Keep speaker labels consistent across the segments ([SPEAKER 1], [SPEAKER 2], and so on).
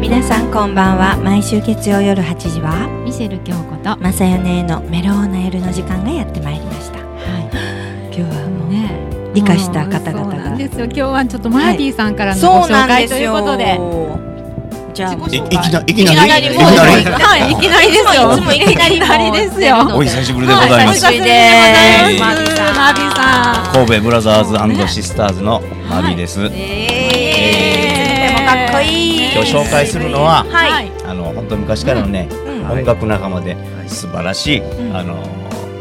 [SPEAKER 1] 皆さんこんばんは毎週月曜夜8時は
[SPEAKER 2] ミシェル京子と、
[SPEAKER 1] マサヨネのメローな夜の時間がやってまいりました
[SPEAKER 2] は、
[SPEAKER 1] 今日はいもう、
[SPEAKER 2] ね
[SPEAKER 1] 理解した方々が
[SPEAKER 2] うんそうなんですよ。今日はちょっとマーティーさんからのご
[SPEAKER 1] そう
[SPEAKER 2] 紹
[SPEAKER 1] なん
[SPEAKER 2] 介
[SPEAKER 1] で
[SPEAKER 2] と
[SPEAKER 1] す
[SPEAKER 2] いう
[SPEAKER 1] よ
[SPEAKER 2] ことで、
[SPEAKER 1] じゃあ
[SPEAKER 2] 自
[SPEAKER 3] え
[SPEAKER 2] 己
[SPEAKER 3] い
[SPEAKER 2] 紹
[SPEAKER 3] き
[SPEAKER 2] 介
[SPEAKER 3] な、いきなり、いき
[SPEAKER 1] もう
[SPEAKER 3] なり
[SPEAKER 1] いきなり
[SPEAKER 2] はい、いきなりですよ。
[SPEAKER 1] いつもいきなりもう
[SPEAKER 2] ですよ。
[SPEAKER 3] お久しぶりでございます
[SPEAKER 1] は。い
[SPEAKER 2] で
[SPEAKER 3] マ
[SPEAKER 2] マ
[SPEAKER 3] ー
[SPEAKER 2] ー
[SPEAKER 3] テ
[SPEAKER 2] テ
[SPEAKER 1] ィ
[SPEAKER 2] ィ
[SPEAKER 1] ー
[SPEAKER 2] ー
[SPEAKER 1] さん
[SPEAKER 2] さん。
[SPEAKER 3] 神戸ブラザーズシスターズのマリーです。
[SPEAKER 1] えー、
[SPEAKER 2] え
[SPEAKER 1] とてもかっこいい
[SPEAKER 3] 今日紹介するのは、
[SPEAKER 1] はい、
[SPEAKER 2] い。
[SPEAKER 3] あの本当昔からのね、
[SPEAKER 1] うん
[SPEAKER 3] 音楽仲間で素晴らしい
[SPEAKER 1] ん
[SPEAKER 3] あの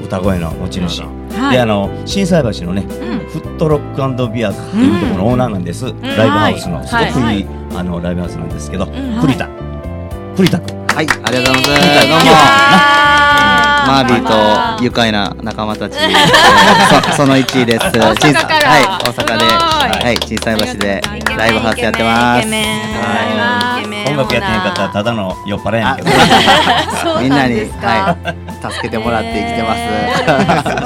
[SPEAKER 3] 歌声の持ち主。
[SPEAKER 2] は
[SPEAKER 3] で、あ
[SPEAKER 2] い。
[SPEAKER 3] の心斎橋のね、フットロックビアっていうところのオーナーなんです。ライブハウスのすごくいいあのライブハウスなんですけど、
[SPEAKER 1] ん
[SPEAKER 3] 栗田、栗田君。
[SPEAKER 4] はい、ありがとうござ
[SPEAKER 3] えー
[SPEAKER 4] います。どうも、マービ
[SPEAKER 2] ま
[SPEAKER 4] ー
[SPEAKER 2] あ
[SPEAKER 4] と愉快な仲間たち。そその1位です。大
[SPEAKER 2] 阪から
[SPEAKER 4] はい、大阪で、
[SPEAKER 2] すごい
[SPEAKER 4] はい、小さい橋
[SPEAKER 2] ありがとう
[SPEAKER 4] で
[SPEAKER 2] ございます
[SPEAKER 4] ライブハウスやってます
[SPEAKER 1] イケ。メン
[SPEAKER 4] は
[SPEAKER 1] イケメン
[SPEAKER 3] 音楽やってない方はただの酔っ払いやんけど。
[SPEAKER 1] そうなんですか
[SPEAKER 4] い、みんなに、はい、助けてもらって生きてます。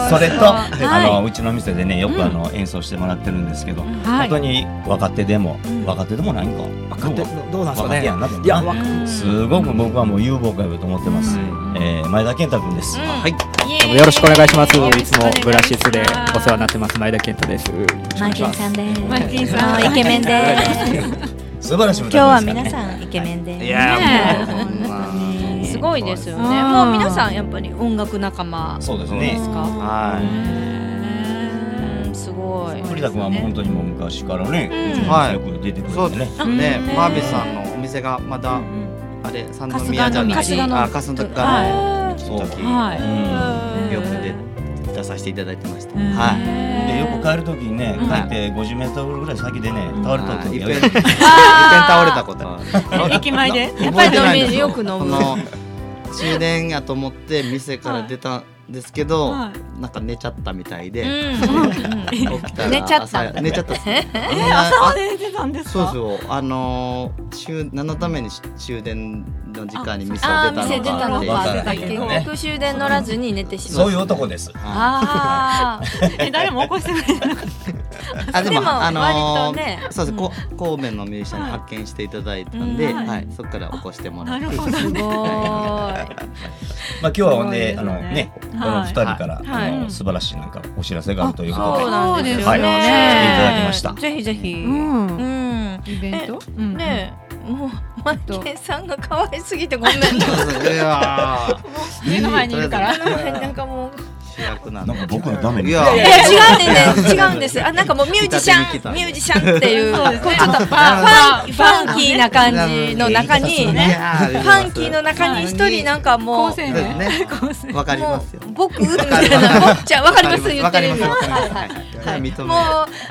[SPEAKER 3] それと、
[SPEAKER 2] はい
[SPEAKER 3] あのうちの店でねよくあの、演奏してもらってるんですけど、
[SPEAKER 2] はい
[SPEAKER 3] 本当に若手でも、若手でもないんか
[SPEAKER 5] 若手
[SPEAKER 3] でも
[SPEAKER 5] どうなんですか
[SPEAKER 3] 若手やん
[SPEAKER 5] ね。
[SPEAKER 3] なでもない
[SPEAKER 5] や、わか
[SPEAKER 3] すごく僕はもう有望株と思ってます、えー前田健太君です、
[SPEAKER 4] はい、
[SPEAKER 5] よろしくお願いします。い
[SPEAKER 2] よろしく
[SPEAKER 5] つ
[SPEAKER 2] お願い
[SPEAKER 5] も
[SPEAKER 2] します
[SPEAKER 5] ブラシスでお世話になってます。前田健太です。
[SPEAKER 1] マーキンさんです
[SPEAKER 2] マーキンさん
[SPEAKER 1] もうイケメンです
[SPEAKER 3] 素晴らしい
[SPEAKER 1] 今
[SPEAKER 3] 歌
[SPEAKER 1] 日は
[SPEAKER 3] 声で
[SPEAKER 1] 皆
[SPEAKER 3] すからね
[SPEAKER 1] さんイケメンです
[SPEAKER 4] いやー、もう、ほんま。
[SPEAKER 6] すごいですよね。
[SPEAKER 2] うん
[SPEAKER 6] もう皆さんやっぱり音楽仲間
[SPEAKER 3] そうです
[SPEAKER 6] で
[SPEAKER 3] ね
[SPEAKER 6] すか。
[SPEAKER 4] は
[SPEAKER 6] うん、すごい。
[SPEAKER 3] 栗田君はもう本当にもう昔からね、うちの
[SPEAKER 4] はい
[SPEAKER 3] 店よく出てく
[SPEAKER 4] い、
[SPEAKER 3] る
[SPEAKER 4] そうん
[SPEAKER 3] で
[SPEAKER 4] で
[SPEAKER 3] ね
[SPEAKER 4] すね。マービーさんのお店がまだ、あれ、三宮じゃない。
[SPEAKER 6] 春日の道
[SPEAKER 4] あ、春日のか
[SPEAKER 3] そう
[SPEAKER 4] 時
[SPEAKER 6] はい。
[SPEAKER 4] の、よくで出させていただいてました。
[SPEAKER 2] うん
[SPEAKER 4] はい。
[SPEAKER 3] うんでよく帰る時にね
[SPEAKER 4] ん
[SPEAKER 3] 帰って50メートルぐらい先でね倒れた
[SPEAKER 4] はい
[SPEAKER 3] 時
[SPEAKER 4] いっ
[SPEAKER 3] が
[SPEAKER 4] ぺん、い
[SPEAKER 3] よく
[SPEAKER 4] っぺん倒れたことあ る。
[SPEAKER 2] 駅前で。
[SPEAKER 6] やっぱり飲
[SPEAKER 4] ないんで
[SPEAKER 6] み
[SPEAKER 4] す
[SPEAKER 6] よく飲
[SPEAKER 4] そ
[SPEAKER 6] む。
[SPEAKER 4] の終電やと思って店から出たんですけど、
[SPEAKER 2] は
[SPEAKER 4] なんか寝ちゃったみたいで、
[SPEAKER 6] うん。
[SPEAKER 4] 起きたら
[SPEAKER 6] 寝ちゃったんだ
[SPEAKER 4] 朝寝ちゃったっすね
[SPEAKER 2] え、朝まで出てたんです
[SPEAKER 4] そう
[SPEAKER 2] か。
[SPEAKER 4] そうあのー終何のために終電の時間に店
[SPEAKER 6] あ
[SPEAKER 4] を出
[SPEAKER 6] ー、
[SPEAKER 4] た
[SPEAKER 6] 店出たの
[SPEAKER 4] のか
[SPEAKER 6] か
[SPEAKER 3] あ
[SPEAKER 4] っ
[SPEAKER 3] 出
[SPEAKER 4] て
[SPEAKER 3] たのか
[SPEAKER 6] 結局終電乗らずに寝てしまう。
[SPEAKER 3] そういう男です
[SPEAKER 6] あ
[SPEAKER 2] え、誰も起こしてくれなかっ
[SPEAKER 4] あでも
[SPEAKER 6] でも
[SPEAKER 4] あのー
[SPEAKER 6] 割とね
[SPEAKER 4] そうです、こ神戸のミュージシャンに発見していただいたん
[SPEAKER 6] う
[SPEAKER 4] で、
[SPEAKER 6] ん
[SPEAKER 4] はいそこから起こしても
[SPEAKER 2] た。
[SPEAKER 4] ら
[SPEAKER 2] な
[SPEAKER 4] って
[SPEAKER 2] るほど
[SPEAKER 6] あ、すご
[SPEAKER 2] ね。
[SPEAKER 6] い。
[SPEAKER 3] まあ今日はほんで、
[SPEAKER 2] す
[SPEAKER 3] あ
[SPEAKER 2] ごいですね
[SPEAKER 3] のね、こ
[SPEAKER 2] は
[SPEAKER 3] の
[SPEAKER 2] い
[SPEAKER 3] 二人から、
[SPEAKER 6] はい
[SPEAKER 3] あの
[SPEAKER 6] はい
[SPEAKER 3] 素晴らしいなんかお知らせがあるというこ
[SPEAKER 6] そう
[SPEAKER 3] と
[SPEAKER 6] なんですよね。
[SPEAKER 3] はい来ていただきました
[SPEAKER 6] ぜひぜひ。
[SPEAKER 2] う
[SPEAKER 6] うん。
[SPEAKER 2] ん。イベント。うん
[SPEAKER 6] ねえ、もうマイケンさんが可愛すぎてごめんな。
[SPEAKER 4] そうそういや
[SPEAKER 2] 目の前にいるから。
[SPEAKER 6] なんかもう。
[SPEAKER 4] ー 主役な
[SPEAKER 3] で、
[SPEAKER 4] んで
[SPEAKER 3] なんか僕のために。
[SPEAKER 4] い
[SPEAKER 3] い
[SPEAKER 4] や
[SPEAKER 3] や
[SPEAKER 6] いや違うんです違うんですあなんかもうミュージシャ
[SPEAKER 4] 見た見た
[SPEAKER 6] ンミュージシャンっていう
[SPEAKER 2] そうです
[SPEAKER 6] こう
[SPEAKER 2] ね
[SPEAKER 6] ちょっとファンファンファンキーな感じの中にフ
[SPEAKER 4] いやー
[SPEAKER 6] ァンキーの中に一人なんかも
[SPEAKER 2] 高
[SPEAKER 6] う
[SPEAKER 2] 専
[SPEAKER 4] そうです
[SPEAKER 2] ね。
[SPEAKER 4] ね
[SPEAKER 2] 高専。
[SPEAKER 4] わかりま
[SPEAKER 6] も
[SPEAKER 4] すよ
[SPEAKER 6] う僕みたいな僕じゃあわかります言ってる意味
[SPEAKER 4] わかりますわ
[SPEAKER 6] は
[SPEAKER 4] か
[SPEAKER 6] い
[SPEAKER 4] ります
[SPEAKER 6] は
[SPEAKER 4] はいい認め
[SPEAKER 6] も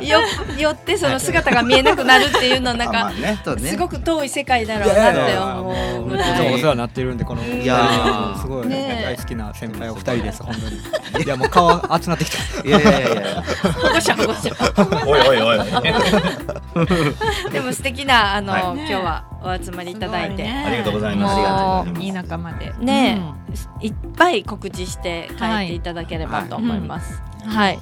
[SPEAKER 6] うよよってその姿が見えなくなるっていうのなん
[SPEAKER 3] まあ
[SPEAKER 6] か
[SPEAKER 3] ね。
[SPEAKER 4] そうね
[SPEAKER 6] すごく遠い世界だろうなって思うぐ
[SPEAKER 5] いつ
[SPEAKER 6] ら
[SPEAKER 5] もお
[SPEAKER 6] い
[SPEAKER 5] 世話になってるんで、この二人。
[SPEAKER 4] いやー
[SPEAKER 5] すごい
[SPEAKER 6] ねえ
[SPEAKER 5] 大好きな先輩お二人です。本当に。いや、もう顔熱なってきた。
[SPEAKER 4] いやいやいやい や
[SPEAKER 6] 保護者保護者
[SPEAKER 3] おいおいおい。
[SPEAKER 6] でも素敵なあの、
[SPEAKER 3] は
[SPEAKER 6] 今日はお集まりいただいて。
[SPEAKER 2] すごね
[SPEAKER 3] ありがとうございます。
[SPEAKER 6] もう
[SPEAKER 3] ありがとうござ
[SPEAKER 2] い
[SPEAKER 3] い
[SPEAKER 2] い
[SPEAKER 3] ます。
[SPEAKER 2] 仲間で。
[SPEAKER 6] ねえ、いっぱい告知して帰っていただければと思います。はい、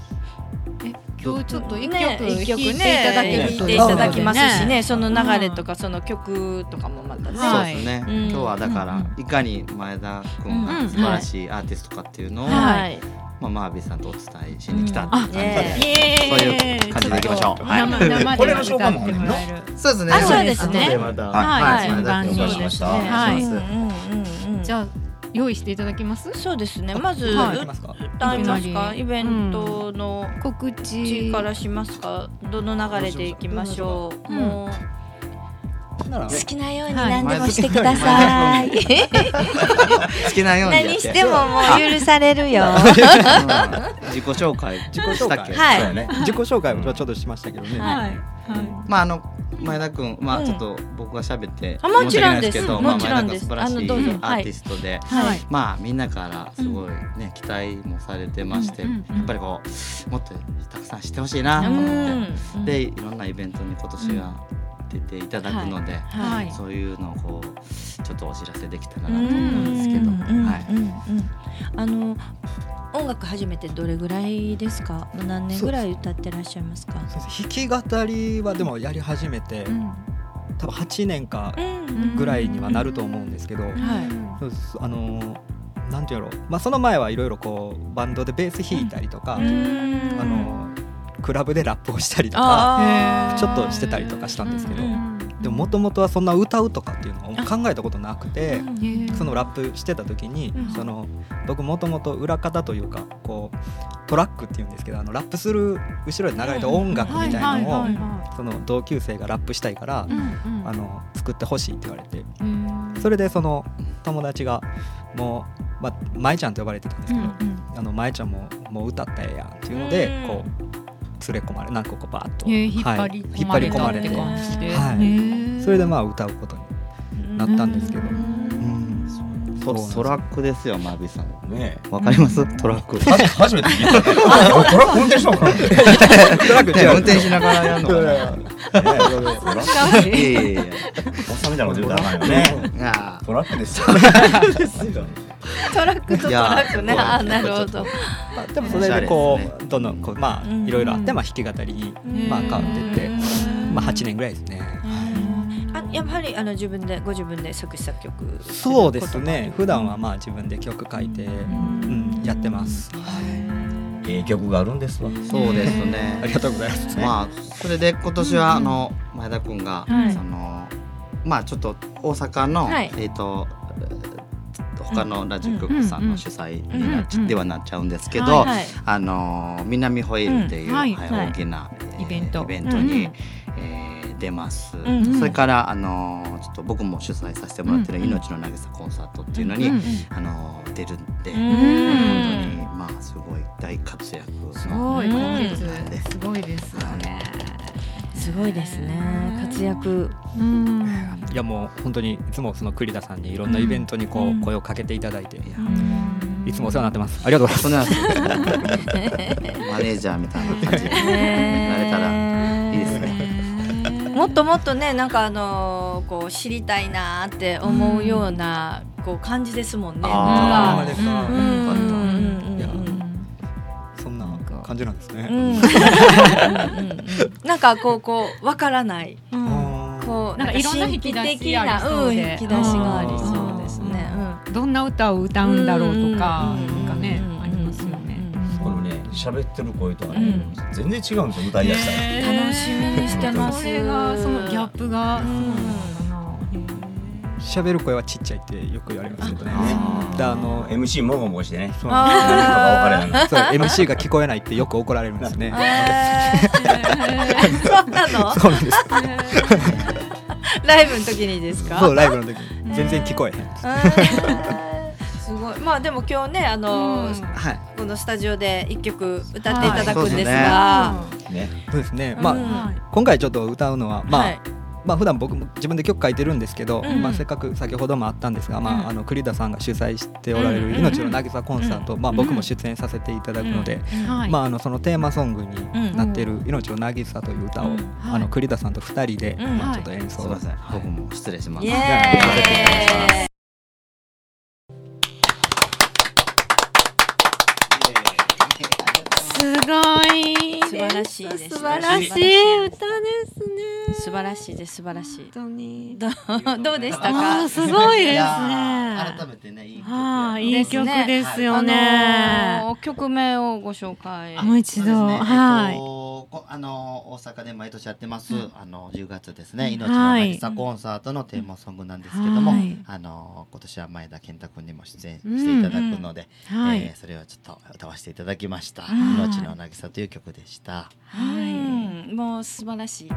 [SPEAKER 2] 今日ちょっと一曲
[SPEAKER 6] ね
[SPEAKER 2] 弾いて
[SPEAKER 6] 一曲
[SPEAKER 2] い
[SPEAKER 6] ね
[SPEAKER 2] ただける
[SPEAKER 6] 弾い
[SPEAKER 2] と
[SPEAKER 6] て
[SPEAKER 2] い
[SPEAKER 6] いう
[SPEAKER 2] こ
[SPEAKER 6] た
[SPEAKER 2] とで
[SPEAKER 6] だきますしね、
[SPEAKER 2] ね
[SPEAKER 6] その流れとかその曲とかもまたね。
[SPEAKER 4] そう
[SPEAKER 2] は
[SPEAKER 4] で
[SPEAKER 2] い
[SPEAKER 4] すね、
[SPEAKER 6] うん
[SPEAKER 4] 今日はだからいかに前田君
[SPEAKER 6] うん
[SPEAKER 4] が素晴らしいアーティストかっていうのを、
[SPEAKER 2] はい
[SPEAKER 6] い、
[SPEAKER 4] まあ、マービーさんとお伝えしに来たっていう感じで、
[SPEAKER 6] ねえ
[SPEAKER 4] そういう感じでいきましょうはい
[SPEAKER 2] 生生
[SPEAKER 3] こ
[SPEAKER 2] で
[SPEAKER 3] れの
[SPEAKER 2] 歌
[SPEAKER 3] 紹介も
[SPEAKER 2] っ
[SPEAKER 3] あ
[SPEAKER 2] て
[SPEAKER 3] る
[SPEAKER 2] も
[SPEAKER 3] の
[SPEAKER 2] らえる。
[SPEAKER 4] そうですね
[SPEAKER 6] あそうですね
[SPEAKER 4] 後でまた
[SPEAKER 2] はい
[SPEAKER 4] 前田君
[SPEAKER 2] 順番に
[SPEAKER 4] お願いしました、
[SPEAKER 2] はい
[SPEAKER 4] お願いします
[SPEAKER 6] うんうんうん
[SPEAKER 2] じゃあ用意していただきます。
[SPEAKER 6] そうですね、まず
[SPEAKER 2] はい
[SPEAKER 5] 行きますか。
[SPEAKER 6] 歌いますか、イベントの
[SPEAKER 2] 告
[SPEAKER 6] 地
[SPEAKER 2] 知
[SPEAKER 6] からしますか、どの流れでいきましょう。
[SPEAKER 2] うん
[SPEAKER 6] もう
[SPEAKER 5] なら
[SPEAKER 1] 好きなように
[SPEAKER 2] はい
[SPEAKER 1] 何でもしてください、
[SPEAKER 4] 好き なようにやって
[SPEAKER 1] 何してももう許されるよ
[SPEAKER 4] うん自己紹介
[SPEAKER 5] 自己
[SPEAKER 4] し
[SPEAKER 5] 紹
[SPEAKER 4] たっけ、
[SPEAKER 5] 介。
[SPEAKER 1] はい
[SPEAKER 3] そうやね。
[SPEAKER 5] 自己紹介はちょっとしましたけどね。
[SPEAKER 2] はいはい。
[SPEAKER 4] まああの前田君ま
[SPEAKER 6] う
[SPEAKER 4] あ
[SPEAKER 6] ん
[SPEAKER 4] ちょっと僕が喋って
[SPEAKER 6] あも
[SPEAKER 4] 申
[SPEAKER 6] ち
[SPEAKER 4] し訳
[SPEAKER 6] ろ
[SPEAKER 4] なんい
[SPEAKER 6] です
[SPEAKER 4] ですけど、
[SPEAKER 6] もちろんです
[SPEAKER 4] まあ、前田君
[SPEAKER 6] あ
[SPEAKER 4] 素
[SPEAKER 6] の
[SPEAKER 4] 晴
[SPEAKER 6] ど
[SPEAKER 4] ら
[SPEAKER 6] う
[SPEAKER 4] し
[SPEAKER 6] ぞ
[SPEAKER 4] いア
[SPEAKER 6] はい
[SPEAKER 4] ーティストで、
[SPEAKER 2] はい。
[SPEAKER 4] まあみんなからすごいね、期待もされてまして、
[SPEAKER 2] うんうんうん
[SPEAKER 4] やっぱりこうもっとたくさん知ってほしいなと思って、でいろんなイベントに今年は出ていただくので、
[SPEAKER 2] は
[SPEAKER 6] はい
[SPEAKER 2] い。
[SPEAKER 4] そういうのをこうちょっとお知らせできたらなと思うんですけど、
[SPEAKER 6] うん
[SPEAKER 4] はい
[SPEAKER 6] うんうんあの音楽始めてどれぐらいですか何年ぐらい歌ってらっしゃいますか
[SPEAKER 5] そうですね弾き語りはでもやり始めて
[SPEAKER 2] うん
[SPEAKER 5] 多分8年か
[SPEAKER 6] うん
[SPEAKER 5] ぐらいにはなると思うんですけど、
[SPEAKER 6] はい
[SPEAKER 5] そうですあのーなんていうやろう、まあ、その前はいろいろこうバンドでベース弾いたりとか、
[SPEAKER 6] うん
[SPEAKER 5] あのークラブでラップをしたりとか
[SPEAKER 6] あー
[SPEAKER 5] ちょっとしてたりとかしたんですけど、
[SPEAKER 6] うん
[SPEAKER 5] でももともとはそんな歌うとかっていうのは考えたことなくて。
[SPEAKER 2] へー
[SPEAKER 5] そのラップしてた時に、
[SPEAKER 2] うん
[SPEAKER 5] その僕もともと裏方というかこうトラックっていうんですけどあのラップする後ろで流れた音楽みたいなのを、
[SPEAKER 2] はいはいは
[SPEAKER 5] その同級生がラップしたいから、
[SPEAKER 2] いはいうんうん
[SPEAKER 5] あの作ってほしいって言われて
[SPEAKER 2] うん
[SPEAKER 5] それでその友達がもう、まあ、舞ちゃんと呼ばれてたんですけど、あの舞ちゃんももう歌ったらええやんっていうので、
[SPEAKER 6] うん
[SPEAKER 5] こう連れ込まれ何個かバーッと、
[SPEAKER 2] へー引っ張
[SPEAKER 5] はい
[SPEAKER 2] り
[SPEAKER 5] 引
[SPEAKER 2] 込
[SPEAKER 5] っ張
[SPEAKER 2] ま
[SPEAKER 5] り
[SPEAKER 2] れ
[SPEAKER 5] 込
[SPEAKER 2] た
[SPEAKER 5] ま
[SPEAKER 2] っ
[SPEAKER 5] れ
[SPEAKER 2] て
[SPEAKER 5] て
[SPEAKER 2] 感じで、
[SPEAKER 5] はいそれでまあ歌うことになったんですけど、
[SPEAKER 6] うん
[SPEAKER 5] うんそう
[SPEAKER 4] ト
[SPEAKER 5] なんです
[SPEAKER 4] トラックですよマービーさん
[SPEAKER 3] ね
[SPEAKER 4] わかりますトラック
[SPEAKER 3] え初めて聞いた俺トラック運転しようかなってね
[SPEAKER 5] トラ ック違う
[SPEAKER 4] 運 転しながらやるのかな
[SPEAKER 2] はい
[SPEAKER 4] いやいやいや
[SPEAKER 3] おっさんみたいなこと言うたらあかんよね
[SPEAKER 4] いや
[SPEAKER 3] トラックですよですよ
[SPEAKER 6] トラックとトラックね
[SPEAKER 4] いやー
[SPEAKER 6] あーなるほど
[SPEAKER 5] まあでもそれでこ
[SPEAKER 4] おしゃれです
[SPEAKER 5] うどんどんこうまあ
[SPEAKER 6] うん
[SPEAKER 5] いろいろあってまあ弾き語りにまあ変わってってまあ8年ぐらいですね。
[SPEAKER 6] あやはりあの自分でご自分で作詞作曲ることが
[SPEAKER 5] そうですね。普段はまあ自分で曲書いてうんやってます。
[SPEAKER 3] ええ曲があるんですわ
[SPEAKER 4] そうです
[SPEAKER 5] あり
[SPEAKER 4] ね
[SPEAKER 5] がとうございます。
[SPEAKER 4] まあそれで今年はあの前田君が
[SPEAKER 6] はい
[SPEAKER 4] そのまあちょっと大阪の
[SPEAKER 6] はい
[SPEAKER 4] えっと他のラジオ局さんの主催になっち
[SPEAKER 2] うんうんうん
[SPEAKER 4] ではなっちゃうんですけ
[SPEAKER 6] は
[SPEAKER 4] ど
[SPEAKER 6] いはい
[SPEAKER 4] あのー南ホイールっていう、
[SPEAKER 2] うんはい
[SPEAKER 4] はい
[SPEAKER 6] はい
[SPEAKER 4] 大きな、えー
[SPEAKER 2] イベント
[SPEAKER 4] イベント
[SPEAKER 6] うんうん
[SPEAKER 4] に、えー出ます、
[SPEAKER 6] んうん
[SPEAKER 4] それから、あのーちょっと僕も主催させてもらってる「命の渚コンサート」っていうのに、
[SPEAKER 2] うん
[SPEAKER 4] あのー出るんで、
[SPEAKER 6] うん
[SPEAKER 4] 本当にまあすごい大活躍
[SPEAKER 2] す
[SPEAKER 4] の
[SPEAKER 2] ごい今月
[SPEAKER 4] なんです
[SPEAKER 2] ごいですよね。
[SPEAKER 6] すごいですね活躍
[SPEAKER 2] うん
[SPEAKER 5] いやもう本当にいつもその栗田さんにいろんなイベントにこ
[SPEAKER 6] う
[SPEAKER 5] う
[SPEAKER 6] ん
[SPEAKER 5] 声をかけていただいて、い
[SPEAKER 2] うん
[SPEAKER 5] つもお世話になってます。ありがとうござい
[SPEAKER 4] そ
[SPEAKER 5] ま
[SPEAKER 4] ん
[SPEAKER 5] す。
[SPEAKER 4] なマネージャーみたいな感じで
[SPEAKER 6] な
[SPEAKER 4] れたらいいですね
[SPEAKER 6] もっともっとねなんかあのーこう知りたいなーって思うようなこう感じですもんね。
[SPEAKER 4] あ
[SPEAKER 5] ー
[SPEAKER 6] なんか
[SPEAKER 5] ほまですか
[SPEAKER 6] うんんうんうんうんうん
[SPEAKER 5] いや
[SPEAKER 2] うん
[SPEAKER 5] そんな感じなんです
[SPEAKER 6] う
[SPEAKER 5] ね。
[SPEAKER 6] んうんうんうんなんかこうこうわからない
[SPEAKER 5] あー
[SPEAKER 6] こう
[SPEAKER 2] なんかいろんな引き出し
[SPEAKER 6] 神秘的な
[SPEAKER 2] ありそうで
[SPEAKER 6] うん引き出しがありそうですね。うん
[SPEAKER 2] どんな歌を歌うんだろうとか
[SPEAKER 6] うん
[SPEAKER 2] なんかね
[SPEAKER 6] うん
[SPEAKER 2] ありますよね。
[SPEAKER 3] このね喋ってる声とはね全然違うんですよ歌いだしたら
[SPEAKER 6] 楽しみにしてます
[SPEAKER 2] それがそのギャップがそうなのかな。
[SPEAKER 5] 喋る声はちっちゃいってよく言われますけどね
[SPEAKER 4] あ。
[SPEAKER 5] であの
[SPEAKER 3] MC もごもごしてね
[SPEAKER 5] そうなんで
[SPEAKER 3] 何とか分から
[SPEAKER 6] あ
[SPEAKER 3] へんの
[SPEAKER 5] すそう MC が聞こえないってよく怒られるんですね
[SPEAKER 6] ー。えーそうなの
[SPEAKER 5] そうなんです。
[SPEAKER 6] ライブの時にですか
[SPEAKER 5] そうライブの時に全然聞こえへん。
[SPEAKER 6] えーすごい。まあでも今日ねあの
[SPEAKER 2] うん
[SPEAKER 4] はい
[SPEAKER 6] このスタジオで一曲歌っていただく
[SPEAKER 4] はい
[SPEAKER 6] んです
[SPEAKER 2] あ
[SPEAKER 6] が、
[SPEAKER 3] ね
[SPEAKER 5] そうですね。まあ、
[SPEAKER 6] うん
[SPEAKER 2] はい
[SPEAKER 5] 今回ちょっと歌うのはまあ、
[SPEAKER 6] はい
[SPEAKER 5] まあ普段僕も自分で曲書いてるんですけど、
[SPEAKER 6] うん
[SPEAKER 5] まあせっかく先ほどもあったんですが、まあ、
[SPEAKER 6] うん
[SPEAKER 5] あの栗田さんが主催しておられ
[SPEAKER 6] うん
[SPEAKER 5] る命の渚コンサート、まあ
[SPEAKER 6] うん
[SPEAKER 5] 僕も出演させていただくので、
[SPEAKER 2] はい
[SPEAKER 5] まああのそのテーマソングになっている命の渚という歌を、
[SPEAKER 6] うん
[SPEAKER 5] あの栗田さんと二人で、
[SPEAKER 6] うん
[SPEAKER 5] まあちょっと演奏
[SPEAKER 4] すいません僕も失礼します
[SPEAKER 6] イエ
[SPEAKER 5] じゃあ行かせていただ
[SPEAKER 6] ーイ。
[SPEAKER 2] すごい
[SPEAKER 6] 素晴らしいです
[SPEAKER 2] 素晴らしい歌ですね。
[SPEAKER 6] 素晴らしいです素晴らしい。
[SPEAKER 2] 本当に。
[SPEAKER 6] どうどうでした
[SPEAKER 2] あ
[SPEAKER 6] か
[SPEAKER 2] ー。すごいです
[SPEAKER 4] い
[SPEAKER 2] ね。
[SPEAKER 4] やー改めてねいい曲
[SPEAKER 2] はあ、
[SPEAKER 4] や
[SPEAKER 2] いい曲ですよ
[SPEAKER 6] あ
[SPEAKER 2] ね。
[SPEAKER 6] のー曲名をご紹介。
[SPEAKER 2] もう一
[SPEAKER 4] そうですね
[SPEAKER 2] 度、は
[SPEAKER 4] えっ
[SPEAKER 2] い。
[SPEAKER 4] とこあの大阪で毎年やってます、あの10月ですね
[SPEAKER 2] ん
[SPEAKER 4] 「命の渚コンサート」のテーマソングなんですけども、
[SPEAKER 2] はい
[SPEAKER 4] あの今年は前田健太君にも出演していただくので、
[SPEAKER 2] は
[SPEAKER 4] え
[SPEAKER 2] い
[SPEAKER 4] ー。それをちょっと歌わせていただきました「
[SPEAKER 2] ん
[SPEAKER 4] 命の渚」という曲でした。
[SPEAKER 6] うんもう素晴らしい。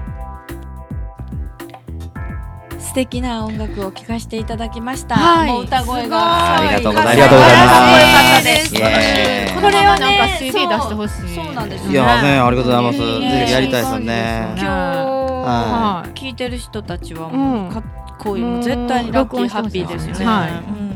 [SPEAKER 6] 素敵な音楽を聴かせていただきました。
[SPEAKER 2] はい
[SPEAKER 6] もう歌声
[SPEAKER 2] は
[SPEAKER 6] が
[SPEAKER 2] すいごいありがとうござ
[SPEAKER 5] いますありがとうございます
[SPEAKER 6] 素晴らしいで
[SPEAKER 4] イ
[SPEAKER 6] す。
[SPEAKER 4] エーイ
[SPEAKER 6] これはね
[SPEAKER 2] なんか CD 出してほしい
[SPEAKER 6] そうそうなんですよ
[SPEAKER 4] いやねありがとうございます。
[SPEAKER 2] いい
[SPEAKER 6] ね
[SPEAKER 4] ぜひやりたいですよね。
[SPEAKER 6] 今
[SPEAKER 4] は
[SPEAKER 6] 日聞いてる人たちはも
[SPEAKER 2] う
[SPEAKER 6] うんかっこいい、もう絶対にラッキーハッピーですよね。
[SPEAKER 2] は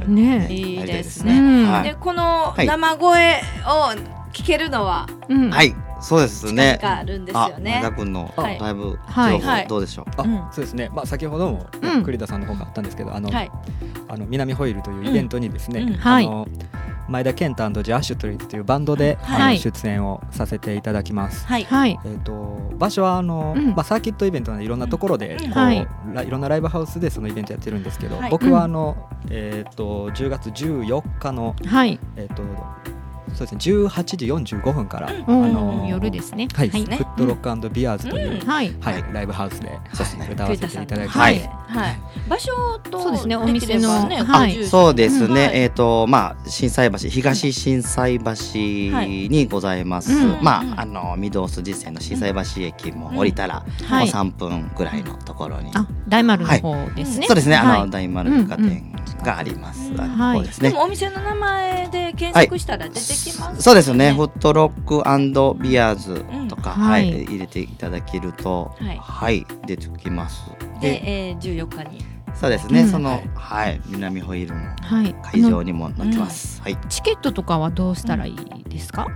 [SPEAKER 6] うん
[SPEAKER 2] ねえ
[SPEAKER 6] いいです
[SPEAKER 2] う
[SPEAKER 6] ね。
[SPEAKER 2] ん
[SPEAKER 4] はい
[SPEAKER 6] でこの
[SPEAKER 4] はい
[SPEAKER 6] 生声を聞けるのは
[SPEAKER 2] うん
[SPEAKER 4] はい、そうですね。
[SPEAKER 6] があるんです
[SPEAKER 4] あ
[SPEAKER 6] よ、
[SPEAKER 4] 前
[SPEAKER 6] ね
[SPEAKER 4] 田。君の
[SPEAKER 6] はい
[SPEAKER 4] ライブ
[SPEAKER 2] はい
[SPEAKER 4] 情
[SPEAKER 6] はい
[SPEAKER 4] 報どうでしょう。
[SPEAKER 5] あ、
[SPEAKER 6] うん
[SPEAKER 5] そうですね。まあ先ほども
[SPEAKER 2] うん
[SPEAKER 5] 栗田さんの方があったんですけど、あの、
[SPEAKER 6] はい
[SPEAKER 5] あの南ホイールというイベントにですね、
[SPEAKER 6] うんうん
[SPEAKER 5] あ
[SPEAKER 2] はい
[SPEAKER 5] の前田健太ジャッシュトリートというバンドで、あの
[SPEAKER 2] はい
[SPEAKER 5] 出演をさせていただきます。
[SPEAKER 6] はい
[SPEAKER 2] はい。
[SPEAKER 5] えー、と場所はあの、
[SPEAKER 2] うん
[SPEAKER 5] まあ、サーキットイベントなどいろんなところで、
[SPEAKER 6] うん
[SPEAKER 5] こう
[SPEAKER 2] はい
[SPEAKER 5] らいろんなライブハウスでそのイベントやってるんですけど、
[SPEAKER 6] はい
[SPEAKER 5] 僕はあの、えー、と10月14日の、
[SPEAKER 2] はい。
[SPEAKER 5] えー、とそうですね18時45分から、
[SPEAKER 2] お
[SPEAKER 5] あ
[SPEAKER 2] ー
[SPEAKER 5] の
[SPEAKER 2] 夜ですね。
[SPEAKER 5] はい
[SPEAKER 6] はい
[SPEAKER 5] フットロックビアーズという、
[SPEAKER 2] はい。
[SPEAKER 5] はい、ライブハウスで、
[SPEAKER 4] そうですね
[SPEAKER 5] 歌わせていただいて、
[SPEAKER 4] はい
[SPEAKER 6] はい、場所と
[SPEAKER 2] そうですねお
[SPEAKER 6] でき
[SPEAKER 2] 店
[SPEAKER 6] れ
[SPEAKER 2] の
[SPEAKER 6] ばね
[SPEAKER 2] は
[SPEAKER 6] はいい、
[SPEAKER 4] そうですね、
[SPEAKER 6] はい
[SPEAKER 4] えっ、とまあ震災橋東震災橋にございます、
[SPEAKER 2] はいうん
[SPEAKER 4] まああの御堂筋線の震災橋駅も降りたら、
[SPEAKER 2] はい。
[SPEAKER 4] もう3分ぐらいのところに、
[SPEAKER 2] あ、大丸の方ですね。
[SPEAKER 4] そうですね、あ
[SPEAKER 2] は
[SPEAKER 4] の
[SPEAKER 2] い
[SPEAKER 4] 大丸百貨店があります、
[SPEAKER 6] うん
[SPEAKER 4] あの
[SPEAKER 2] はい
[SPEAKER 4] 方です
[SPEAKER 6] で
[SPEAKER 4] ね、
[SPEAKER 6] もお店の名前で検索したら出てきます、
[SPEAKER 4] そうですね、ホットロックビアーズとか、
[SPEAKER 2] うん
[SPEAKER 4] は、
[SPEAKER 2] はいい
[SPEAKER 4] 入れていただけると、
[SPEAKER 6] はい
[SPEAKER 4] はい、出てきます。
[SPEAKER 6] で、えー、14日に
[SPEAKER 4] そうですね、
[SPEAKER 2] うん
[SPEAKER 4] その、はい、南ホイールの
[SPEAKER 2] はい。
[SPEAKER 4] 会
[SPEAKER 2] あ
[SPEAKER 4] 場
[SPEAKER 2] の
[SPEAKER 4] にもなってます。はい、
[SPEAKER 2] チケットとかはどうしたらいいですか？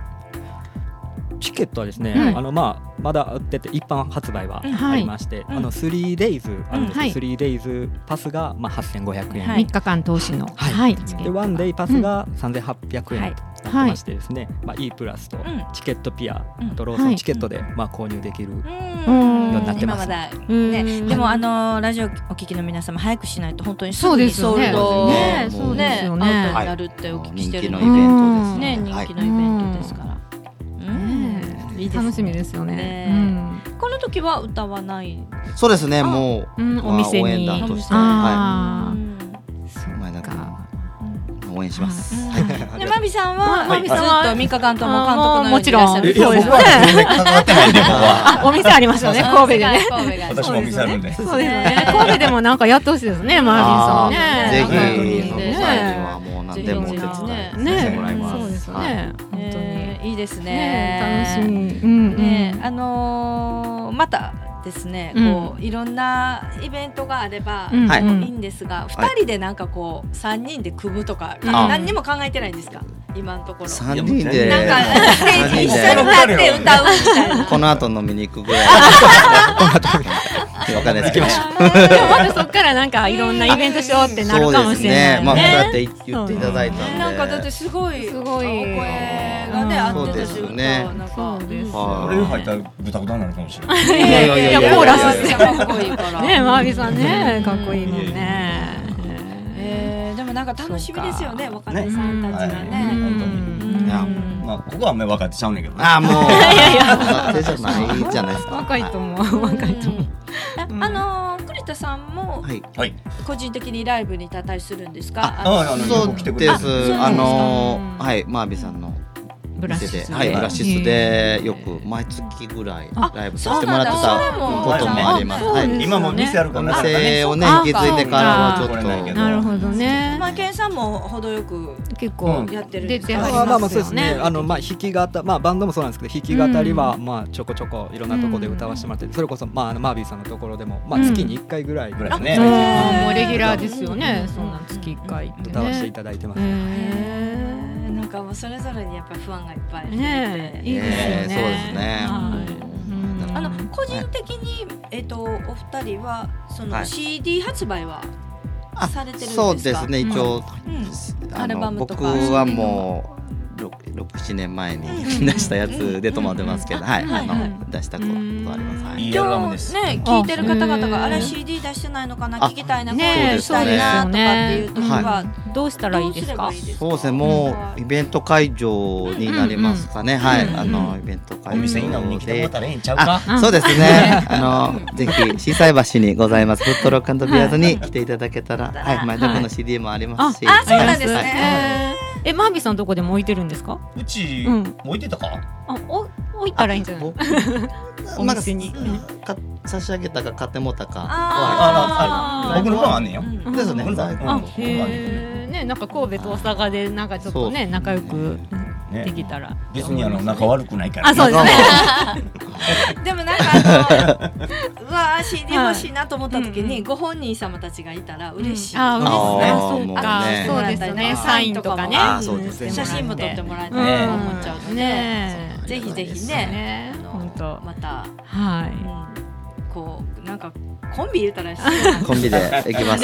[SPEAKER 5] チケットはですね、
[SPEAKER 2] うん
[SPEAKER 5] あのまあ、まだ売ってて一般発売は
[SPEAKER 2] はい
[SPEAKER 5] ありまして、
[SPEAKER 6] ん
[SPEAKER 5] あの 3days あるんで
[SPEAKER 2] う
[SPEAKER 5] す
[SPEAKER 2] んはい
[SPEAKER 5] けど、3days パスが、まあ、8500円、
[SPEAKER 6] は
[SPEAKER 2] 三
[SPEAKER 6] い
[SPEAKER 2] 日間投資の
[SPEAKER 5] はい
[SPEAKER 2] はいチケ
[SPEAKER 5] で
[SPEAKER 2] ット。
[SPEAKER 5] ワンデイパスが3800円、
[SPEAKER 6] は
[SPEAKER 5] な
[SPEAKER 6] い
[SPEAKER 5] ってましてですね、まあ、E プラスと
[SPEAKER 6] ん
[SPEAKER 5] チケットピア、
[SPEAKER 6] うん
[SPEAKER 5] あとローソンチケットで、まあ、購入できる、
[SPEAKER 2] うんようになって
[SPEAKER 6] 今
[SPEAKER 5] ます
[SPEAKER 6] まだ
[SPEAKER 2] うん
[SPEAKER 6] ね、でもあのラジオお聞きの皆様早くしないと本当にす
[SPEAKER 2] そう
[SPEAKER 6] ぐ
[SPEAKER 2] で
[SPEAKER 6] に
[SPEAKER 2] すよ
[SPEAKER 6] ソール
[SPEAKER 2] ね。
[SPEAKER 6] ド
[SPEAKER 2] ね
[SPEAKER 4] ね、
[SPEAKER 2] そうです
[SPEAKER 6] ね
[SPEAKER 2] よ
[SPEAKER 6] アウト
[SPEAKER 2] ね。
[SPEAKER 6] になるってお聞きしてる
[SPEAKER 4] 人
[SPEAKER 6] の
[SPEAKER 4] 気
[SPEAKER 6] で
[SPEAKER 4] のイベントで
[SPEAKER 6] ね
[SPEAKER 4] すね。は
[SPEAKER 6] 人
[SPEAKER 4] い
[SPEAKER 6] 気のイベントですから、うん
[SPEAKER 2] ね
[SPEAKER 6] いいですね
[SPEAKER 2] 楽しみですよね
[SPEAKER 6] ね。
[SPEAKER 2] うん
[SPEAKER 6] この時は歌わない
[SPEAKER 4] そうですね、
[SPEAKER 6] あ
[SPEAKER 4] もう、
[SPEAKER 2] うん
[SPEAKER 4] まあ
[SPEAKER 2] お店に
[SPEAKER 4] 応援団として、は
[SPEAKER 2] あ
[SPEAKER 6] うん
[SPEAKER 4] い、前田
[SPEAKER 2] あ。
[SPEAKER 4] 君も
[SPEAKER 2] か
[SPEAKER 4] 応援します。
[SPEAKER 6] でマビさんは、
[SPEAKER 2] はい
[SPEAKER 6] マビさんずっと三日間とも監督のように
[SPEAKER 2] もちろん
[SPEAKER 6] いらっしゃる
[SPEAKER 2] えそうですね
[SPEAKER 3] 僕は全然関わってないんで、僕 は。
[SPEAKER 2] あ、お店ありますよね、
[SPEAKER 6] あ
[SPEAKER 2] 神戸でね。
[SPEAKER 6] 神戸が
[SPEAKER 3] 私もお店あるんで。
[SPEAKER 2] そうですね。神戸でもなんかやってほしいですね、マー
[SPEAKER 4] あ
[SPEAKER 2] ビンさ
[SPEAKER 6] あ
[SPEAKER 2] ん
[SPEAKER 6] ー
[SPEAKER 2] ね。
[SPEAKER 4] ぜひ、
[SPEAKER 6] ね
[SPEAKER 2] 本
[SPEAKER 4] その
[SPEAKER 2] 当
[SPEAKER 4] 際
[SPEAKER 2] に
[SPEAKER 4] には
[SPEAKER 2] ね。
[SPEAKER 4] もう何でもお手伝いさせてもらい
[SPEAKER 2] ね
[SPEAKER 4] ます。
[SPEAKER 2] そうですよ
[SPEAKER 4] はい
[SPEAKER 2] ね。本当に。
[SPEAKER 6] えーいいですね
[SPEAKER 2] ね楽しみ。うんうん
[SPEAKER 6] ねあのーまたですね、
[SPEAKER 2] うん
[SPEAKER 6] こういろんなイベントがあれば、
[SPEAKER 2] うん
[SPEAKER 4] はい
[SPEAKER 2] うん
[SPEAKER 6] いいんですが、二
[SPEAKER 4] はい
[SPEAKER 6] 人でなんかこう三人で組むとか、
[SPEAKER 2] うん
[SPEAKER 6] 何にも考えてないんですか今のところ。
[SPEAKER 4] 三人で、
[SPEAKER 6] なんか ステージ一緒
[SPEAKER 4] 三人
[SPEAKER 6] に
[SPEAKER 4] で
[SPEAKER 6] 立って歌うみたいな。
[SPEAKER 4] この後飲みに行くぐらい。わかんないですけど。
[SPEAKER 2] でもまたそっからなんかいろんなイベントしようってなるか
[SPEAKER 4] そう
[SPEAKER 2] も
[SPEAKER 4] で
[SPEAKER 2] し
[SPEAKER 4] す
[SPEAKER 2] れな
[SPEAKER 4] ね
[SPEAKER 2] い。。
[SPEAKER 4] まあ、こう
[SPEAKER 2] ね
[SPEAKER 4] やって言っていただいたんで。
[SPEAKER 6] なんかだってすごい
[SPEAKER 2] すごい
[SPEAKER 6] お声がね合ってたし
[SPEAKER 4] そうですね
[SPEAKER 6] 歌なんか
[SPEAKER 2] そうです
[SPEAKER 4] は
[SPEAKER 3] これ入ったら豚豚になるかもしれない。
[SPEAKER 4] いやいやいやいや
[SPEAKER 2] いやコーラス
[SPEAKER 6] めっちゃかっこいいから。
[SPEAKER 2] ねマービンさんね、かっこいいもんね。
[SPEAKER 6] えーでもなんか楽しみですよね若手
[SPEAKER 3] ね
[SPEAKER 6] さんたちが
[SPEAKER 3] はい
[SPEAKER 6] ね。
[SPEAKER 3] 本当
[SPEAKER 2] うん
[SPEAKER 4] いや
[SPEAKER 3] まあ、ここはあんまり分かってちゃうねんけどね。
[SPEAKER 4] ああ、もう。若手じゃないじゃないですか。
[SPEAKER 2] 若いと思う、若いと思う。
[SPEAKER 6] うんああのー栗田さんも
[SPEAKER 4] はい。
[SPEAKER 3] はい。
[SPEAKER 6] 個人的にライブに立ったりするんですか。
[SPEAKER 4] あ
[SPEAKER 3] あ
[SPEAKER 6] の
[SPEAKER 3] あの
[SPEAKER 4] そ
[SPEAKER 3] よく来て
[SPEAKER 4] う
[SPEAKER 3] くれ
[SPEAKER 4] で
[SPEAKER 3] る
[SPEAKER 6] あそうなんです
[SPEAKER 4] す。
[SPEAKER 6] か
[SPEAKER 4] あの
[SPEAKER 2] うん
[SPEAKER 4] ー、はい、マービーさんの
[SPEAKER 2] ブラシ
[SPEAKER 4] 店
[SPEAKER 2] ス
[SPEAKER 4] で、
[SPEAKER 2] で。
[SPEAKER 4] はい、ブラシスで、よく
[SPEAKER 2] ま
[SPEAKER 4] 毎月ぐらい
[SPEAKER 2] あ
[SPEAKER 4] ライブさせてもらってたこともあります。
[SPEAKER 2] そう
[SPEAKER 4] は
[SPEAKER 2] なんだ
[SPEAKER 4] い。
[SPEAKER 3] 今もう店あるか
[SPEAKER 4] お
[SPEAKER 3] らなかなか
[SPEAKER 4] 店をね
[SPEAKER 2] あ、
[SPEAKER 4] 引き継いでからはちょっ
[SPEAKER 3] そうか
[SPEAKER 4] と。
[SPEAKER 2] なるほどね。
[SPEAKER 6] まあ健さんも程よく
[SPEAKER 2] 結構
[SPEAKER 6] やってるん
[SPEAKER 2] 出
[SPEAKER 6] です
[SPEAKER 2] て
[SPEAKER 6] か。
[SPEAKER 2] は
[SPEAKER 5] あ
[SPEAKER 2] り
[SPEAKER 5] まあまあま
[SPEAKER 2] ま
[SPEAKER 5] あ
[SPEAKER 2] す
[SPEAKER 5] そう
[SPEAKER 2] よ
[SPEAKER 5] ですね
[SPEAKER 2] ね。
[SPEAKER 5] あのまあ弾き語まあバンドもそうなんですけど弾き語りはまあちょこちょこいろんなとこで歌わせてもらっててそれこそまああのマービーさんのところでもまあ月に1回ぐらい
[SPEAKER 3] ぐ
[SPEAKER 5] 歌
[SPEAKER 3] らい
[SPEAKER 2] あ
[SPEAKER 3] ね。
[SPEAKER 2] ーもうレギュラーですよね。そんな月一回ってね。
[SPEAKER 5] わせていただいてます、
[SPEAKER 2] へー
[SPEAKER 6] なんかもうそれぞれにやっぱ不安がいっぱい。
[SPEAKER 2] ねえいいですよね。
[SPEAKER 4] ねえそうです
[SPEAKER 2] は
[SPEAKER 4] ね
[SPEAKER 2] いうん
[SPEAKER 6] あの個人的に、えっとお二人はそ
[SPEAKER 4] は
[SPEAKER 6] の
[SPEAKER 4] い
[SPEAKER 6] CD 発売は
[SPEAKER 4] あ
[SPEAKER 6] されてるんですか。
[SPEAKER 4] そうですね、一応、
[SPEAKER 6] ア
[SPEAKER 4] あ
[SPEAKER 6] ルバ
[SPEAKER 4] の
[SPEAKER 6] ムと
[SPEAKER 4] 僕
[SPEAKER 6] か
[SPEAKER 4] はもう67年前に 出したやつで止まってますけど、はい、
[SPEAKER 6] うん
[SPEAKER 4] あ
[SPEAKER 6] はい
[SPEAKER 4] の出したことあります。はい
[SPEAKER 3] い
[SPEAKER 4] い
[SPEAKER 3] いアルバム
[SPEAKER 6] 今
[SPEAKER 3] です
[SPEAKER 6] 日。ね聞いてる方々が
[SPEAKER 2] あ
[SPEAKER 6] あ
[SPEAKER 2] うん
[SPEAKER 6] れ CD 出してないのかな
[SPEAKER 4] あ
[SPEAKER 6] 聞きたいな、
[SPEAKER 2] ね
[SPEAKER 6] ね、
[SPEAKER 4] え
[SPEAKER 6] したいなとかっていう時は、
[SPEAKER 2] うんどうしたらい
[SPEAKER 6] ど
[SPEAKER 2] いうですす
[SPEAKER 6] れ
[SPEAKER 2] か
[SPEAKER 6] ばいいですか。
[SPEAKER 4] そうですね、もうイベント会場になりますかね、はい、あのイベント会場
[SPEAKER 3] お店に飲みに来てもらったらええんちゃうか
[SPEAKER 4] あ、そうですね。あの、ぜひ、心斎橋にございます、フットロックビアーズに来ていただけたら、はい、前田君の CD もありますし。
[SPEAKER 6] あそうなんですね。
[SPEAKER 4] はい
[SPEAKER 2] えーえマービーさんどこでも置いてるんですか？
[SPEAKER 3] うち、
[SPEAKER 2] うん
[SPEAKER 3] 置いてたか
[SPEAKER 2] あお置いたらいいんじゃない？
[SPEAKER 4] 僕
[SPEAKER 2] お店に
[SPEAKER 4] なんかか差し上げたか買ってもったか
[SPEAKER 6] あ
[SPEAKER 3] あ
[SPEAKER 6] ー
[SPEAKER 3] 僕の分あんねんよ。
[SPEAKER 6] うん
[SPEAKER 4] ですね
[SPEAKER 3] うん
[SPEAKER 2] あ
[SPEAKER 3] うん
[SPEAKER 2] へえねなんか神戸と大阪でなんかちょっとね
[SPEAKER 4] そう
[SPEAKER 2] 仲良く
[SPEAKER 3] ね
[SPEAKER 2] できたら
[SPEAKER 3] 別にあの仲悪くないから。
[SPEAKER 2] あそうですね。
[SPEAKER 6] でもなんかあ のうわー CD 欲しいなと思った時にご本人様たちがいたら嬉しい。
[SPEAKER 2] あ
[SPEAKER 4] あ
[SPEAKER 2] 嬉しいね
[SPEAKER 4] あ
[SPEAKER 2] あ
[SPEAKER 4] ー
[SPEAKER 2] そう
[SPEAKER 4] も
[SPEAKER 2] か
[SPEAKER 4] う
[SPEAKER 2] そう
[SPEAKER 4] ね
[SPEAKER 2] です
[SPEAKER 6] あ
[SPEAKER 2] ね
[SPEAKER 6] ー
[SPEAKER 2] サインとかね
[SPEAKER 4] あーそうですね
[SPEAKER 6] 写真も撮ってもらえた
[SPEAKER 2] う
[SPEAKER 6] らと
[SPEAKER 2] ん
[SPEAKER 6] 思っちゃうので、
[SPEAKER 2] ねえ
[SPEAKER 6] ぜひぜひね、
[SPEAKER 2] ね
[SPEAKER 6] あの
[SPEAKER 2] 本当
[SPEAKER 6] また、
[SPEAKER 2] は
[SPEAKER 6] う
[SPEAKER 2] い。
[SPEAKER 6] んこうなんかコンビ入れたらしいな。
[SPEAKER 4] コンビで行きます。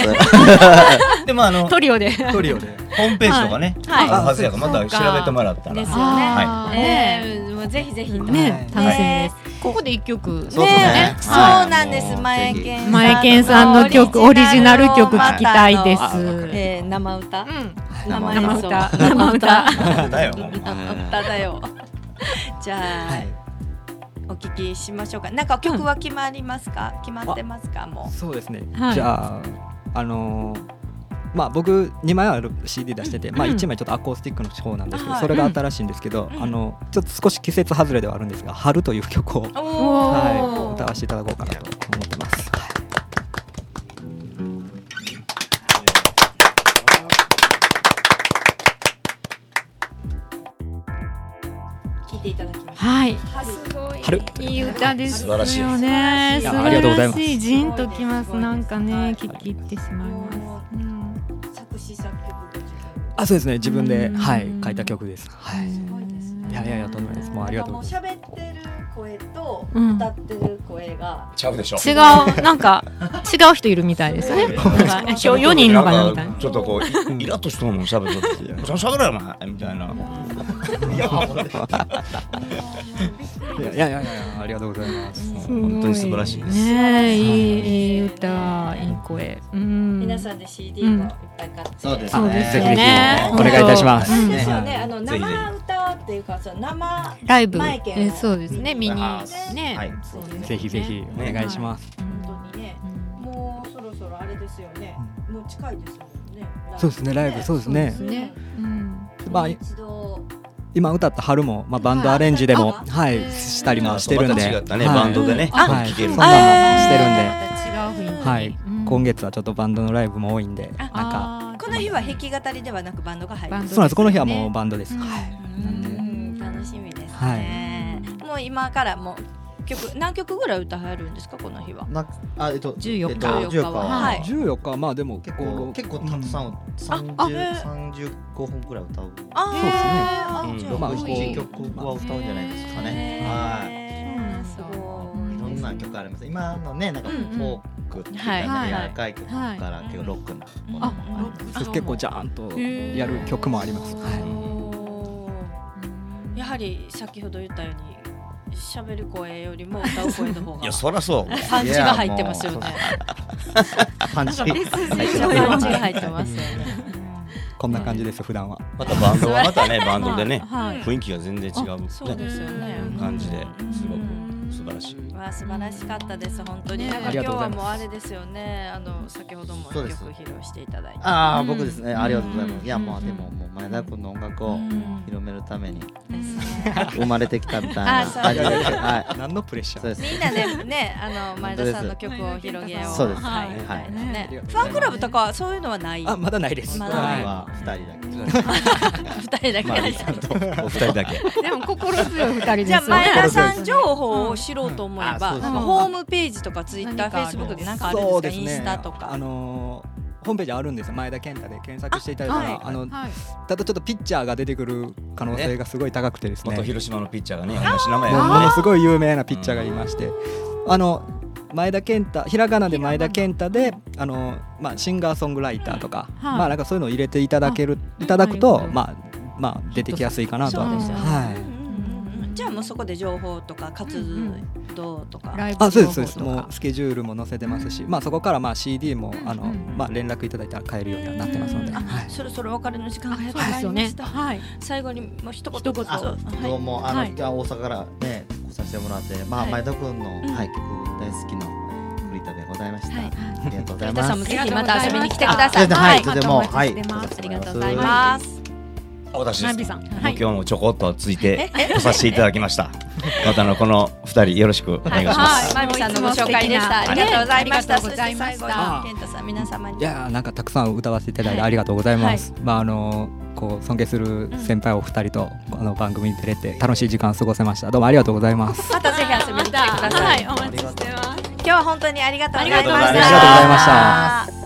[SPEAKER 3] でもあの
[SPEAKER 2] トリオで。
[SPEAKER 5] トリオで
[SPEAKER 3] ホームページとかね、
[SPEAKER 2] はい
[SPEAKER 3] あのはずやからまた調べてもらった
[SPEAKER 6] で
[SPEAKER 3] ら
[SPEAKER 6] すよね。
[SPEAKER 2] あー
[SPEAKER 6] ねえ、もうぜひぜひ。
[SPEAKER 5] ね
[SPEAKER 2] ね、楽しみ
[SPEAKER 6] ね
[SPEAKER 2] です。ここで一曲。
[SPEAKER 4] そうですね
[SPEAKER 6] そう
[SPEAKER 4] はい
[SPEAKER 6] なんです。マエケン。
[SPEAKER 2] マエケンさんの曲、オリジナル曲聞きたいです。
[SPEAKER 6] また
[SPEAKER 2] う
[SPEAKER 6] の。えー生歌。
[SPEAKER 2] ん、
[SPEAKER 6] 生
[SPEAKER 2] 生
[SPEAKER 6] 演奏
[SPEAKER 2] 歌、生歌。
[SPEAKER 3] だよほんま
[SPEAKER 6] 生歌だよ。じゃあ、
[SPEAKER 5] はい
[SPEAKER 6] お聞きしましょうか。なんか曲は決まりますか？決まってますか？も
[SPEAKER 5] そうですね、
[SPEAKER 2] はい
[SPEAKER 5] じゃああのーまあ僕2枚ある CD 出してて、まあ
[SPEAKER 2] うん
[SPEAKER 5] 1枚ちょっとアコースティックの方なんですけど、
[SPEAKER 6] はい
[SPEAKER 5] それが新しいんですけど、
[SPEAKER 6] うん
[SPEAKER 5] あのちょっと少し季節外れではあるんですが「春」という曲を、
[SPEAKER 6] う。
[SPEAKER 2] おー
[SPEAKER 5] はい、歌わせていただこうかなと思ってます。
[SPEAKER 6] 聞いていただきまし
[SPEAKER 2] はい。
[SPEAKER 6] た。春
[SPEAKER 5] 春
[SPEAKER 2] いい歌ですよね。
[SPEAKER 3] 素晴
[SPEAKER 2] ね
[SPEAKER 6] い
[SPEAKER 2] 素
[SPEAKER 6] や
[SPEAKER 2] 晴
[SPEAKER 6] あり
[SPEAKER 5] がとうございます
[SPEAKER 2] らしいジンときます。なんかね、
[SPEAKER 6] す
[SPEAKER 2] 聞き入ってしまいます。うん
[SPEAKER 6] 作詞作曲ご自
[SPEAKER 5] あそうですね自分で、
[SPEAKER 2] うん
[SPEAKER 5] はい、書いた曲です。はい、
[SPEAKER 6] 分。すごいですね。
[SPEAKER 5] いやいやいやとんでもないですもうありがとうござい
[SPEAKER 6] なんかもう喋ってる声と
[SPEAKER 2] うん
[SPEAKER 6] 歌ってる声が
[SPEAKER 3] ちゃうでしょ
[SPEAKER 2] 違う、なんか、違う人いるみたいですね。なんか今日4人いるのかなみたいな。
[SPEAKER 3] ちょっとこういイラッ としたもん喋っとって「しゃべれよお前」みたいな
[SPEAKER 5] ます。いやいやいやいやありがとうございます。
[SPEAKER 3] 本当に素晴らしいです
[SPEAKER 2] ねえ、いい、いい歌、いい声。うん。
[SPEAKER 6] 皆さんで CD もいっぱい買って。
[SPEAKER 4] そうです
[SPEAKER 2] そうで
[SPEAKER 4] ね
[SPEAKER 2] すよね。
[SPEAKER 5] お願いいたします
[SPEAKER 6] あれ
[SPEAKER 2] うん
[SPEAKER 6] ですよね。あの
[SPEAKER 3] ぜひぜひ
[SPEAKER 6] 生歌っていうかその生
[SPEAKER 2] ライブ、
[SPEAKER 6] マイケンを
[SPEAKER 2] えそうですね、ミニ
[SPEAKER 3] あ
[SPEAKER 2] ね、
[SPEAKER 3] はい
[SPEAKER 2] そうですね
[SPEAKER 5] ぜひぜひお願いします。
[SPEAKER 6] 本当にね。もうそろそろあれですよね。もう近いですもんね。
[SPEAKER 5] そうですねライブそうですね
[SPEAKER 2] そうですね。うん
[SPEAKER 5] まあ
[SPEAKER 6] 一度
[SPEAKER 5] 今歌った春もまあバンドアレンジでも
[SPEAKER 6] あ
[SPEAKER 5] はい
[SPEAKER 2] へー
[SPEAKER 5] したりもしてるんで、
[SPEAKER 3] また違ったね
[SPEAKER 5] はい
[SPEAKER 3] バンドでね
[SPEAKER 5] あ
[SPEAKER 3] 聴ける
[SPEAKER 5] そ
[SPEAKER 3] の
[SPEAKER 5] んなんもしてるんで。
[SPEAKER 2] また違う雰囲気。
[SPEAKER 5] はい、
[SPEAKER 2] うん
[SPEAKER 5] 今月はちょっとバンドのライブも多いんで、なんか。
[SPEAKER 2] あー
[SPEAKER 6] この日は弾き語りではなくバンドが入る
[SPEAKER 2] バンド
[SPEAKER 5] そうなんです、この日はもうバンドです。
[SPEAKER 2] うん
[SPEAKER 5] はい。
[SPEAKER 6] うん楽しみですね。もう今からもう曲何曲ぐらい歌入るんですかこの日は。
[SPEAKER 4] なあえっと
[SPEAKER 2] 14日
[SPEAKER 4] えっと14は
[SPEAKER 6] はい
[SPEAKER 5] 十四日はまあでも
[SPEAKER 4] 結構結構たくさん三
[SPEAKER 6] ああ
[SPEAKER 4] 十
[SPEAKER 6] へー
[SPEAKER 4] 三十五本くらい歌う。
[SPEAKER 6] あ
[SPEAKER 3] そうですね
[SPEAKER 6] ーあ
[SPEAKER 5] まあ
[SPEAKER 4] 六
[SPEAKER 5] こう
[SPEAKER 4] 七曲は歌うんじゃないですかね。はい。
[SPEAKER 6] い。す
[SPEAKER 4] いろ
[SPEAKER 6] ご
[SPEAKER 4] んな曲あります。今のねなんか
[SPEAKER 6] う
[SPEAKER 4] フ
[SPEAKER 6] んうん
[SPEAKER 4] ォークっていうか
[SPEAKER 6] は
[SPEAKER 4] ね
[SPEAKER 6] い
[SPEAKER 4] 柔
[SPEAKER 2] はい
[SPEAKER 4] らかい曲から結構ロックなものもあります。
[SPEAKER 5] そう結構ジャーンとやる曲もあります。はい。
[SPEAKER 6] い。やはり先ほど言ったように喋る声よりも歌う声の方が
[SPEAKER 3] いやそらそう
[SPEAKER 6] パンチが入ってますよね。
[SPEAKER 4] パンチ。
[SPEAKER 6] パンチが入ってますよね。
[SPEAKER 5] こんな感じです普段は。
[SPEAKER 3] またバンドはまたねバンドでね
[SPEAKER 2] はい
[SPEAKER 3] 雰囲気が全然違う
[SPEAKER 6] そうですよね
[SPEAKER 3] ね感じで
[SPEAKER 6] うん
[SPEAKER 3] すごく素晴らしい
[SPEAKER 6] わあ素晴らしかったです本当に。
[SPEAKER 2] ね
[SPEAKER 6] なんか
[SPEAKER 5] あり
[SPEAKER 6] 今
[SPEAKER 5] がと
[SPEAKER 6] 日
[SPEAKER 5] うござ
[SPEAKER 6] は
[SPEAKER 5] ま
[SPEAKER 6] い
[SPEAKER 5] す
[SPEAKER 6] もうあれですよね。あの先ほども
[SPEAKER 4] そう
[SPEAKER 6] 曲
[SPEAKER 4] です
[SPEAKER 6] 披露していただいて。
[SPEAKER 4] あ
[SPEAKER 2] う
[SPEAKER 4] あ
[SPEAKER 2] ん
[SPEAKER 4] 僕ですね。ありがとうございま
[SPEAKER 6] う
[SPEAKER 4] す。
[SPEAKER 6] ん
[SPEAKER 4] いやまあでももう前田君の音楽を
[SPEAKER 6] うん
[SPEAKER 4] 広めるために
[SPEAKER 6] ですね
[SPEAKER 4] 生まれてきたみたい
[SPEAKER 6] あ
[SPEAKER 4] な
[SPEAKER 6] そう
[SPEAKER 4] 感じで、は
[SPEAKER 5] 何のプレッシ
[SPEAKER 4] い。そう
[SPEAKER 5] ャー。
[SPEAKER 4] です。
[SPEAKER 6] みんなでね、あの前田さんの曲を広げよう。
[SPEAKER 4] そうです
[SPEAKER 6] はい、
[SPEAKER 4] はい
[SPEAKER 6] みたいな
[SPEAKER 2] はいあ
[SPEAKER 5] り
[SPEAKER 6] ね
[SPEAKER 5] が。とうござい
[SPEAKER 6] フ
[SPEAKER 5] ます
[SPEAKER 6] ァンクラブとかはそういうのはない。
[SPEAKER 5] あまだないです。
[SPEAKER 6] まだない
[SPEAKER 5] は
[SPEAKER 4] は二人だけ。
[SPEAKER 6] 二人だけでした。
[SPEAKER 3] お二人だけ
[SPEAKER 2] でも心強い二人です
[SPEAKER 6] じゃあ前田さん情
[SPEAKER 2] 報
[SPEAKER 6] 報を知ろうと思え
[SPEAKER 4] うん
[SPEAKER 6] ば、
[SPEAKER 4] あそうそう
[SPEAKER 6] なんかホームページとかツイッタ
[SPEAKER 2] 何
[SPEAKER 6] ー、フ
[SPEAKER 2] か
[SPEAKER 6] ェイ
[SPEAKER 2] あ
[SPEAKER 6] ス
[SPEAKER 2] る
[SPEAKER 6] ブックでなんかあるんです
[SPEAKER 5] そ
[SPEAKER 6] か
[SPEAKER 5] うです
[SPEAKER 6] インス
[SPEAKER 5] ね
[SPEAKER 6] タと。か。
[SPEAKER 5] あのーホームページあるんですよ。前田健太で検索していただいた
[SPEAKER 6] あはい
[SPEAKER 5] らあのただちょっとピッチャーが出てくる可能性がすごい高くてですね。
[SPEAKER 3] 元広島のピッチャーがね同じ名前
[SPEAKER 5] もう
[SPEAKER 3] や
[SPEAKER 5] も
[SPEAKER 3] ね
[SPEAKER 5] のすごい有名なピッチャーがいまして、あの前田健太ひらがなで前田健太であの、まあ、シンガーソングライターとか、
[SPEAKER 2] はい
[SPEAKER 5] まあなんかそういうのを入れていただける
[SPEAKER 2] あ
[SPEAKER 5] いただく
[SPEAKER 2] は
[SPEAKER 5] と、
[SPEAKER 2] い
[SPEAKER 5] まあまあ出てきやすいかなとは
[SPEAKER 6] そうですよね。
[SPEAKER 5] は
[SPEAKER 6] う
[SPEAKER 5] い。
[SPEAKER 6] んうんうんうんじゃあもうそこで情報とか活動とか。
[SPEAKER 2] ライブ
[SPEAKER 5] あそうですそう
[SPEAKER 2] 情
[SPEAKER 5] です
[SPEAKER 2] 報と
[SPEAKER 5] も
[SPEAKER 2] か
[SPEAKER 5] うスケジュールも載せてますし、まあそこからまあ CD もあの、
[SPEAKER 2] うん
[SPEAKER 5] まあ連絡いただいたら買えるようにはなってますので、
[SPEAKER 6] あ
[SPEAKER 5] はい、
[SPEAKER 6] そろそろお別れの時間がやって
[SPEAKER 2] そうで
[SPEAKER 6] まい
[SPEAKER 2] す
[SPEAKER 6] り
[SPEAKER 2] よ
[SPEAKER 6] ま
[SPEAKER 2] ね
[SPEAKER 6] した。
[SPEAKER 2] はい
[SPEAKER 6] 最後にもう一言
[SPEAKER 2] 一言
[SPEAKER 6] あそう
[SPEAKER 4] あどうも、あの、
[SPEAKER 2] はい
[SPEAKER 4] 今日は大阪からね、来させてもらって、まあ、
[SPEAKER 6] はい
[SPEAKER 4] 前田君の、
[SPEAKER 6] うん
[SPEAKER 4] はい、曲大好きな栗田でございました。
[SPEAKER 6] はい
[SPEAKER 4] ありがとうございま
[SPEAKER 6] 栗田
[SPEAKER 4] す。
[SPEAKER 6] さんもぜひまた遊びに来てくだ
[SPEAKER 4] そ
[SPEAKER 6] さ
[SPEAKER 4] れ
[SPEAKER 6] い。
[SPEAKER 4] ではい、
[SPEAKER 6] あ
[SPEAKER 4] とても、はい、
[SPEAKER 2] お待ちしてます
[SPEAKER 4] あ
[SPEAKER 6] り
[SPEAKER 4] り
[SPEAKER 6] が
[SPEAKER 4] が
[SPEAKER 6] と
[SPEAKER 4] とうご
[SPEAKER 6] うござ
[SPEAKER 4] ざ
[SPEAKER 6] い
[SPEAKER 4] い
[SPEAKER 6] ま。
[SPEAKER 4] ます
[SPEAKER 3] 私
[SPEAKER 2] ナ
[SPEAKER 3] です
[SPEAKER 2] ビ
[SPEAKER 3] も
[SPEAKER 2] さん
[SPEAKER 3] う
[SPEAKER 2] は
[SPEAKER 3] 今
[SPEAKER 2] い
[SPEAKER 3] 日もちょこっとつ いて来させていただきましたまたあのこの二人よろしくお願いします
[SPEAKER 6] はい、まみさんのご紹介でした。あ
[SPEAKER 2] はい
[SPEAKER 6] りがとうございました。
[SPEAKER 2] ありがとうございました
[SPEAKER 6] そして最後に健太さん、皆様に。
[SPEAKER 5] いやーなんかたくさん歌わせていただいてありがとうございます。まああのこう尊敬する先輩お二人と、あの番組に出れて楽しい時間を過ごせました。どうもありがとうございます。
[SPEAKER 6] またぜひ遊びに来てください。
[SPEAKER 2] はいお待ちしてます
[SPEAKER 6] 今日は本当にありがとうございました。。
[SPEAKER 5] ありがとうございました